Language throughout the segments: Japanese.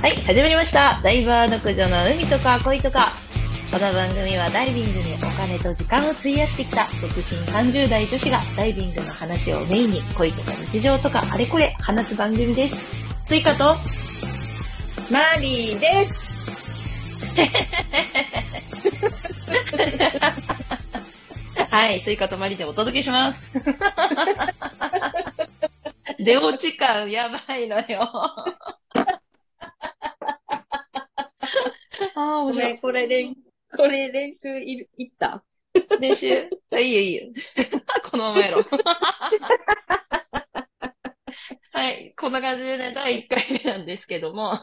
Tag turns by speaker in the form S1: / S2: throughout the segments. S1: はい、始まりました。ダイバー独女の海とか恋とか。この番組はダイビングにお金と時間を費やしてきた独身30代女子がダイビングの話をメインに恋とか日常とかあれこれ話す番組です。スイカと
S2: マリーです。
S1: はい、スイカとマリでお届けし ます。 出落ち感やばいのよ。ああ、面
S2: ご
S1: 白
S2: めん、
S1: い。
S2: これ練、これ練習いる、いった
S1: 練習あいいよ いいよ。このままやろ う。はい、こんな感じでね、第1回目なんですけども。 ま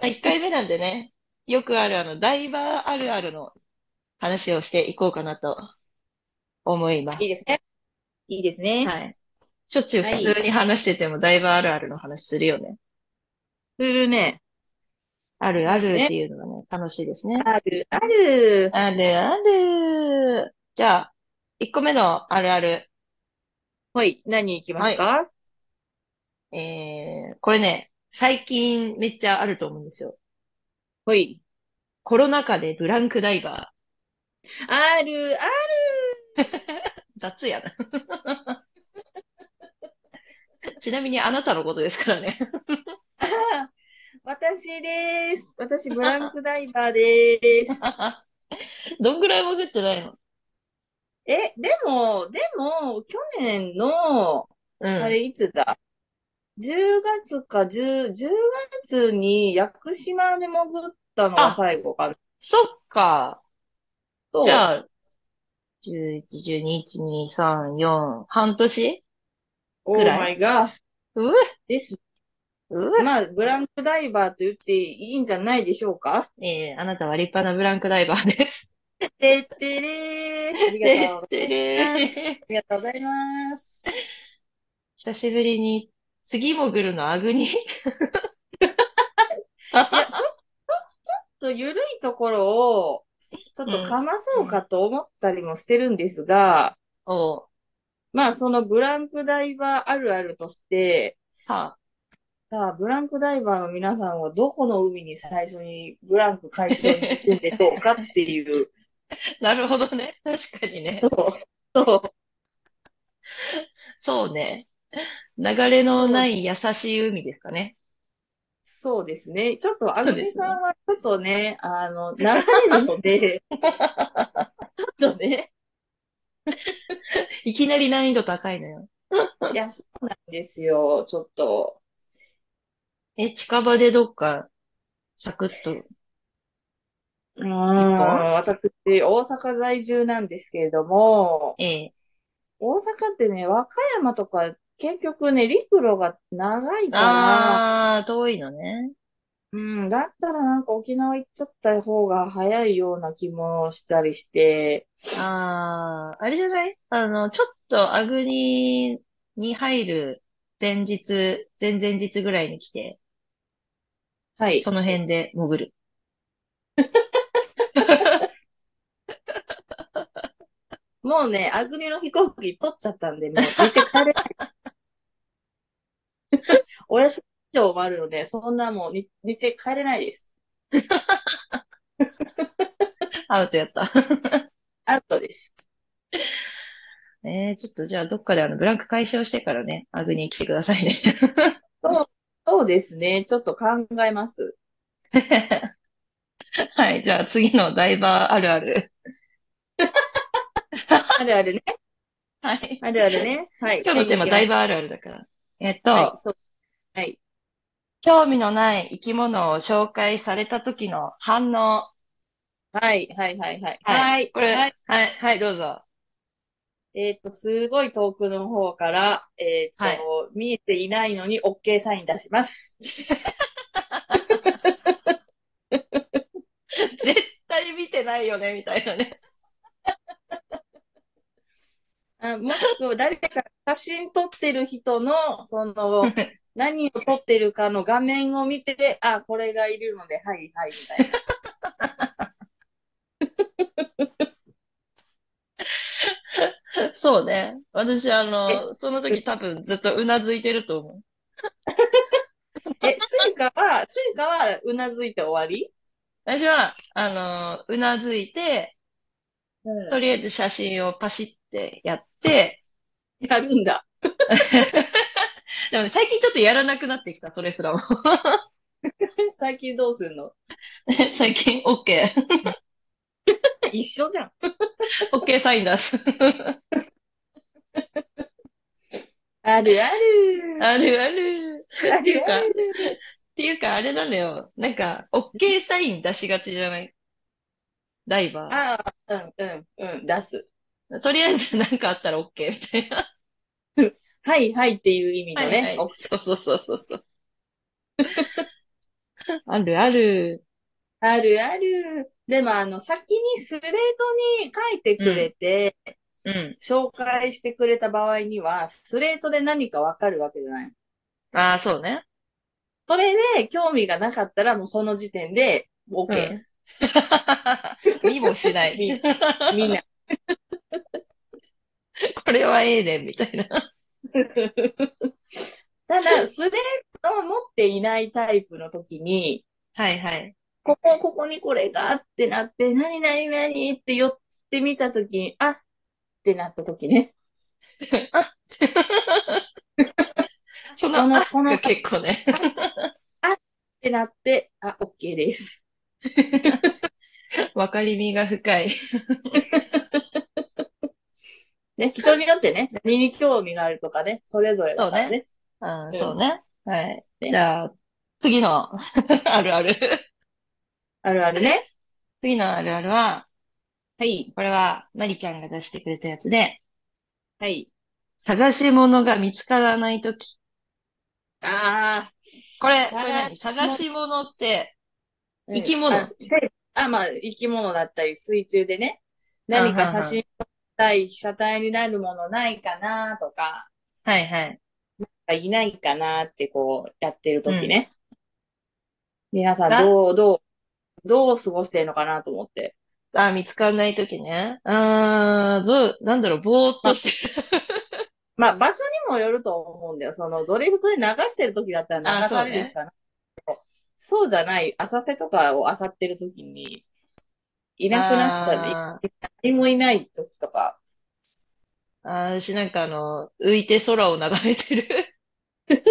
S1: あ1回目なんでね、よくあるあの、ダイバーあるあるの話をしていこうかなと思います
S2: い。いですね。いいですね。
S1: はい。しょっちゅう普通に話してても、だいぶあるあるの話するよね。
S2: するね。
S1: あるあるっていうのがね、楽しいですね。
S2: ある、ある。
S1: あるある。じゃあ、1個目のあるある。
S2: はい、何いきますか
S1: えー、これね、最近めっちゃあると思うんですよ。
S2: はい。
S1: コロナ禍でブランクダイバ
S2: ある、あ
S1: ー。雑やな。 ちなみにあなたのことですからね。
S2: る。私です。私、ブランクダイバー です。
S1: どんぐらい潜ってないの
S2: え、でも、でも、去年の、
S1: う
S2: あ
S1: ん。
S2: れ、いつだ ?10 月か10、10月に屋久島で潜ったのが最後かな。
S1: そっか。
S2: と
S1: じゃあ、11、12、1、2、3、4、半年
S2: オ
S1: くらい
S2: ーマイガー
S1: う
S2: です。
S1: う
S2: まあ、ブランクダイバーと言っていいんじゃないでしょうか
S1: えー、あなたは立派なブランクダイバーです。
S2: てってれー。ありがとう。あ
S1: て れー
S2: りがとうござい ます。
S1: 久しぶりに、次もぐるのアグに
S2: と、ゆるいところを、ちょっとかまそうかと思ったりもしてるんですが、
S1: おう
S2: まあ、そのブランクダイバーあるあるとして、
S1: は
S2: さあ、ブランクダイバーの皆さんはどこの海に最初にブランク解消に行くんでしょうかっていう、
S1: あ、なるほどね。確かにね
S2: そ。う、そう、
S1: そうね。流れのない優しい海ですかね。
S2: そうですね。ちょっと、あ
S1: そ
S2: ぐ
S1: うで
S2: み
S1: すね
S2: さんはちょっとね、あの、流れるの で、ちょっとね、
S1: いきなり難易度高いのよ。
S2: いや、そうなんですよ。ちょっと、
S1: え、近場でどっか、サクッと。
S2: うーん、私、大阪在住なんですけれども、
S1: ええ
S2: 大阪ってね、和歌山とか、結局ね、陸路が長いから、
S1: あー、遠いのね。
S2: うん、だったらなんか沖縄行っちゃった方が早いような気もしたりして、
S1: ああ、あれじゃないあの、ちょっとアグニに入る前日、前々日ぐらいに来て、
S2: はい。
S1: その辺で潜る。
S2: もうね、アグネの飛行機取っちゃったんで、もう出て帰れない。 お休み上もあるので、そんなもうに寝て帰れないです。
S1: アウトやった。
S2: アウトです。
S1: えー、ちょっとじゃあどっかであのブランク解消してからね、アグニ来てくださいね。
S2: そうですね。ちょっと考えます。
S1: はい、じゃあ次のダイバーあるある。
S2: あるあるね。
S1: はい。
S2: あるあるね。はい。
S1: 今日のテーマダイ
S2: バ
S1: バーあるあるだから。えっ
S2: は
S1: と
S2: い、、そう。はい。
S1: 興味のない生き物を紹介された時の反応。
S2: はい、はい、はい、はい。
S1: は
S2: はいい。
S1: これ
S2: はい。
S1: はい、はい、どうぞ。
S2: えっと、すごい遠くの方から、えっ
S1: は
S2: と、見えていないのに OK サイン出します。
S1: 絶対見てないよね、みたいなね。
S2: あ、もしくは誰か写真撮ってる 人の、その、何を撮ってるかの画面を見て、あ、これがいるので、はいはい、みたいな。
S1: そうね。私、あの、その時多分ずっとうなずいてると思う。
S2: え、ススイカは、スイカはうなずいて終わり
S1: 私は、あのーうなずいて、
S2: う
S1: とりあえず写真をパシってやって、
S2: ん。やるんだ。
S1: でもね、最近ちょっとやらなくなってきた、それすらも。
S2: 最近どうすんの
S1: 最近、OK。
S2: 一緒じゃん。
S1: OK サイン出す。
S2: あるある。
S1: あるある。
S2: あ
S1: ていう
S2: る
S1: か
S2: ある。
S1: っていうか、あれなのよ。なんか、OK サイン出しがちじゃないダイバ
S2: ああ、うんうんうん、出す。
S1: ー。とりあえずなんかあったら OK みたいな。
S2: はいはいっていう意味のね。
S1: はいはいそうそうそうそうそう。 あるある。
S2: あるある。でも、あの、先にスレートに書いてくれて、
S1: うん。
S2: 紹介してくれた場合には、スレートで何かわかるわけじゃない。
S1: ああ、そう ね。
S2: それで、興味がなかったら、もうその時点で、OK。
S1: 見もしない。
S2: みみんな。
S1: これはええねん、みたいな。
S2: ただ、スレートを持っていないタイプの時に、
S1: はい はい。
S2: ここ、ここにこれがあってなって、何何何って寄ってみた時に、あってなった時ね。
S1: そ
S2: こ
S1: の、あ
S2: の、この、
S1: が
S2: っ
S1: 結構ね。
S2: てなって、あ、OK です。
S1: わかりみが深い。
S2: ね、人によってね、何に興味があるとかね、それぞれだからね。
S1: うん、
S2: ん
S1: そうね。はい。
S2: ね
S1: じゃあ、次の、 あるある。
S2: あるあるね。
S1: 次のあるあるは、
S2: はい。
S1: これは、まりちゃんが出してくれたやつで、
S2: はい。
S1: 探し物が見つからないとき。
S2: あ
S1: これ、こ
S2: 探
S1: れ何探し物って、
S2: あ。
S1: 生き物
S2: あ、せあまあ、生き物だったり、水中でね。何か写真を撮ったい、被写体になるものないかなとか、
S1: はいはい。
S2: いないかなってこう、やってる時ね。皆
S1: な
S2: さん、どう、どう、どう過ごしてるのかなと思って。
S1: あ、見つからないときね。うーん、どう、なんだろう、ぼーっとしてる。
S2: まあ、場所にもよると思うんだよ。その、ドリフトで流してる時だったら流されるしかない。そうじゃない、浅瀬とかを漁ってる時に、い
S1: い
S2: なくなっちゃう。何もいない時とか。
S1: あー、私なんかあの、浮いて空を眺めてる。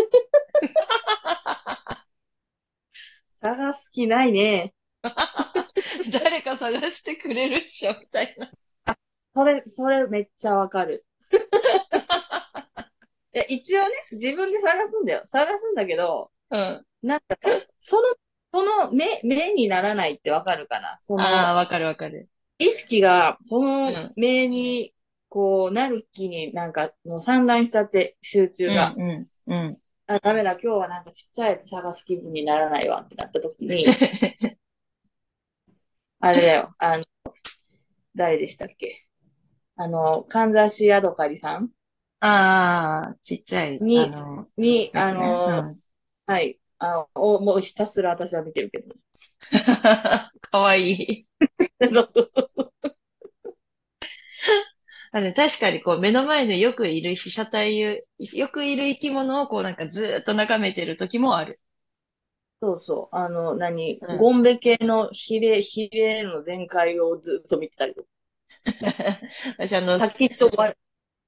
S2: 探す気ないね。
S1: 誰か探してくれるっしょ、みたいな。
S2: それ、それめっちゃわか る。いや一応ね、自分で探すんだよ。探すんだけど、
S1: うん。
S2: なんか、その、その目、目にならないってわかるかな。その、
S1: ああ、わかるわかる。
S2: 意識が、そうの
S1: ん
S2: 目に、こう、なる気になんか、もう散乱しちゃって、集中が。
S1: うん、うん、うん。
S2: あ、ダメだ、今日はなんかちっちゃいやつ探す気分にならないわってなった時 に、あれだよ、あの、誰でしたっけあの、かんざしヤドカリさん
S1: ああ、ちっちゃい、
S2: に
S1: あの、
S2: に、
S1: や
S2: あ
S1: つね
S2: の、 はい、あを、もうひたすら私は見てるけど。
S1: うん。かわいい。
S2: そうそうそうそう。
S1: あの確かにこう目の前のよくいる被写体よ、よくいる生き物をこうなんかずーっと眺めてる時もある。
S2: そうそう。あの、何、
S1: うん
S2: ゴンベ系のヒレ、ヒレの全開をずっと見てたりとか。
S1: 私あの、あ
S2: 先っちょ割れ、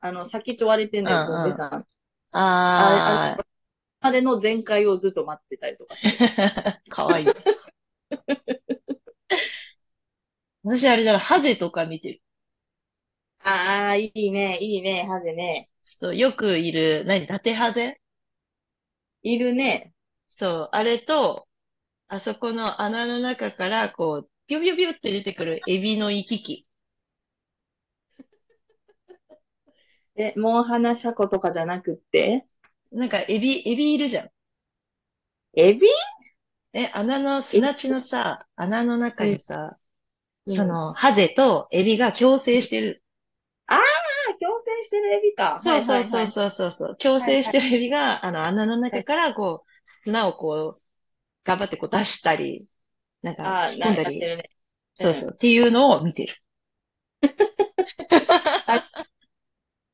S2: あの、先っちょ割れてんだ
S1: う
S2: よ、
S1: んうん
S2: ゴンベさん。
S1: あ
S2: までの全開をずっと待ってたりとかして。
S1: ー、か わいい。私あれだろ、ハゼとか見てる。
S2: ああ、いいね、いいね、ハゼね。
S1: そう、よくいる、何、伊達ハゼ
S2: いるね。
S1: そう、あれと、あそこの穴の中から、こう、ビュビュビュって出てくるエビの行き来。
S2: え、モンハナシャコとかじゃなくって、
S1: なんか、エビ、エビいるじゃん。
S2: エビ
S1: え、穴の、砂地のさ、穴の中にさ、
S2: うん
S1: その、ハゼとエビが共生してる。
S2: あ、共生してるエビか。
S1: そう
S2: はいはい
S1: そう
S2: はい。
S1: そうそうそう。共生してるエビが、あの、穴の中から、こう、砂をこう、頑張ってこう出したり、なんか、
S2: あ
S1: 引
S2: あ、
S1: っ込ん
S2: なん
S1: だ
S2: かやっ
S1: り
S2: て、るね。
S1: そうそう、っていうのを見てる。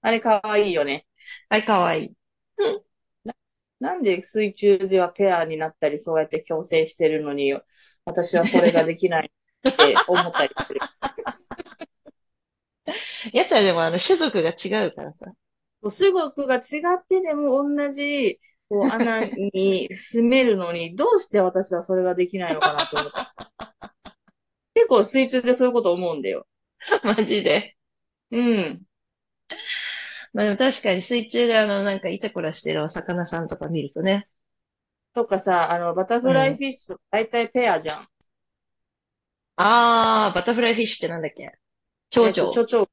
S2: あれかわいいよね。
S1: あれ、かわいい。
S2: なんで水中ではペアになったり、そうやって強制してるのに、私はそれができないって思ったり する。
S1: やつはでもあの種族が違うからさ。
S2: 種族が違ってでも同じこう穴に住めるのに、どうして私はそれができないのかなと思った。 結構水中でそういうこと思うんだよ。
S1: マジで。
S2: うん。
S1: まあでも確かに水中であのなんかイチャコラしてるお魚さんとか見るとね。
S2: とかさ、あの、バタフライフィッシュとか大体ペアじゃん。
S1: あー、バタフライフィッシュってなんだっけ蝶
S2: えっと
S1: 々。
S2: 蝶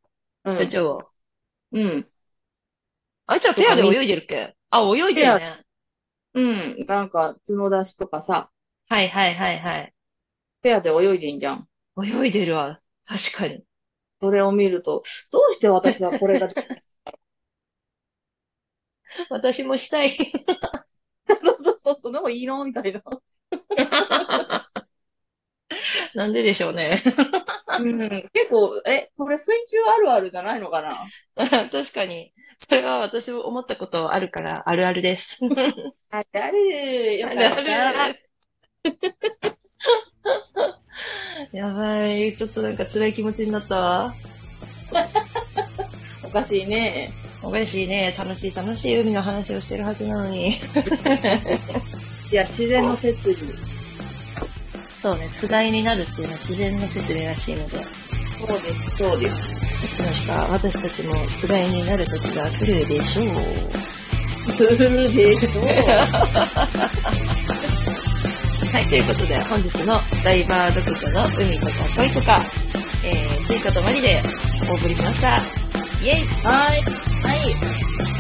S2: 々。う
S1: 蝶
S2: ん。
S1: 々。
S2: うん。
S1: あいつらペアで泳いでるっけあ、泳いでるね。
S2: うん。なんか、角出しとかさ、
S1: はいはいはいはい。
S2: ペアで泳いでんじゃん。
S1: 泳いでるわ。確かに。
S2: それを見ると、どうして私はこ れが、
S1: 私もしたい。
S2: そうそうそう、そうでもいいのみたいな。
S1: なんででしょうね。
S2: うん。結構、え、これ水中あるあるじゃないのかな
S1: 確かに。それは私も思ったことあるから、あるある です。
S2: あ、誰よ
S1: あ
S2: か
S1: る
S2: った。
S1: ある。 やばい。ちょっとなんか辛い気持ちになったわ。
S2: おかしいね。
S1: おかしいね。楽しい楽しい海の話をしてるはずなのに。
S2: いや、自然の摂理。
S1: そうね。つがいになるっていうのは自然の説明らしいので、い
S2: そうです、そう です。
S1: つの日か私たちもつがいになる時が来るでしょう。
S2: プールでしょ。
S1: はい、ということで本日のダイバー読者の海とか恋とか、えー、スイカとマリでお送りしました。イェイ
S2: はい。はい。